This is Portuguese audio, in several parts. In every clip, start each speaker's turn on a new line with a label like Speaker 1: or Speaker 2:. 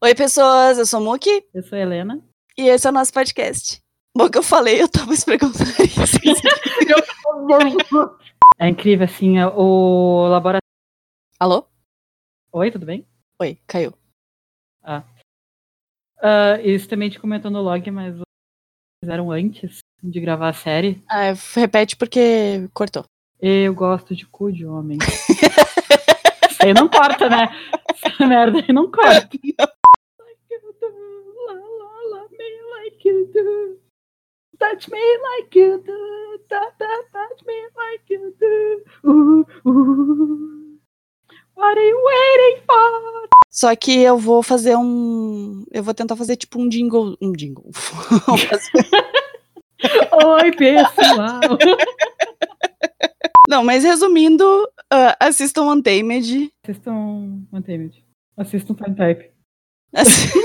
Speaker 1: Oi, pessoas, eu sou Muki
Speaker 2: Eu sou a Helena.
Speaker 1: e esse é o nosso podcast. Bom, que eu falei, eu tava esfregando o nariz.
Speaker 2: É incrível, assim, é- o laboratório.
Speaker 1: Alô?
Speaker 2: Oi, tudo bem?
Speaker 1: Oi, caiu.
Speaker 2: Ah, isso também te comentou no log, mas fizeram antes de gravar a série.
Speaker 1: Ah, f- repete porque cortou.
Speaker 2: Eu gosto de cu de homem. Isso aí não corta, né? Essa merda aí não corta. Lá, lá, lá, me like you do. Touch me like you do. Ta, ta, touch me like you do. Uh, uh. What are you waiting for?
Speaker 1: Só que eu vou fazer um. Eu vou tentar fazer tipo um jingle. Um jingle.
Speaker 2: Oi, pessoal!
Speaker 1: Não, mas resumindo, ah, assistam Untamed.
Speaker 2: Assistam Untamed. Assistam Time Type.
Speaker 1: Assi-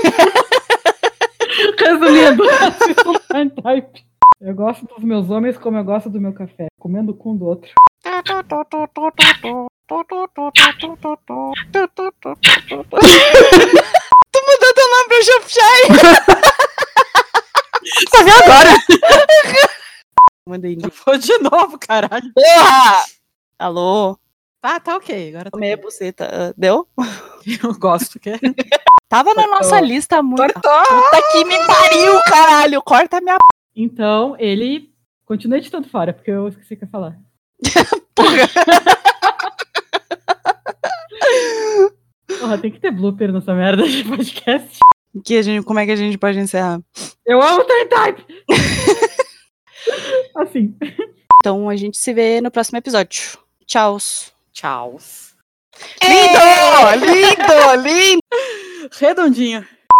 Speaker 2: Resumindo, assistam Time Type. Eu gosto dos meus homens como eu gosto do meu café. Comendo o cu um do outro.
Speaker 1: Tô mudando o nome pra Shopchai.
Speaker 3: Tá vendo agora?
Speaker 1: Mandei.
Speaker 3: Vou de novo, caralho.
Speaker 1: Porra! Alô?
Speaker 3: Tá, tá ok. Agora tá
Speaker 1: Tomei a buceta. ah, Deu?
Speaker 3: ok. Eu gosto. Que... é.
Speaker 1: Tava na nossa lista há muito. Puta que me pariu, caralho! Corta minha
Speaker 2: Então, ele. Continua de tanto fora, porque eu esqueci o que eu ia falar. Porra, tem que ter blooper nessa merda de podcast.
Speaker 1: Que a gente, como é que a gente pode encerrar?
Speaker 2: Eu amo Time Type! Assim.
Speaker 1: Então a gente se vê no próximo episódio. Tchau.
Speaker 3: Tchau.
Speaker 1: Lindo! Lindo! Lindo!
Speaker 3: Redondinho.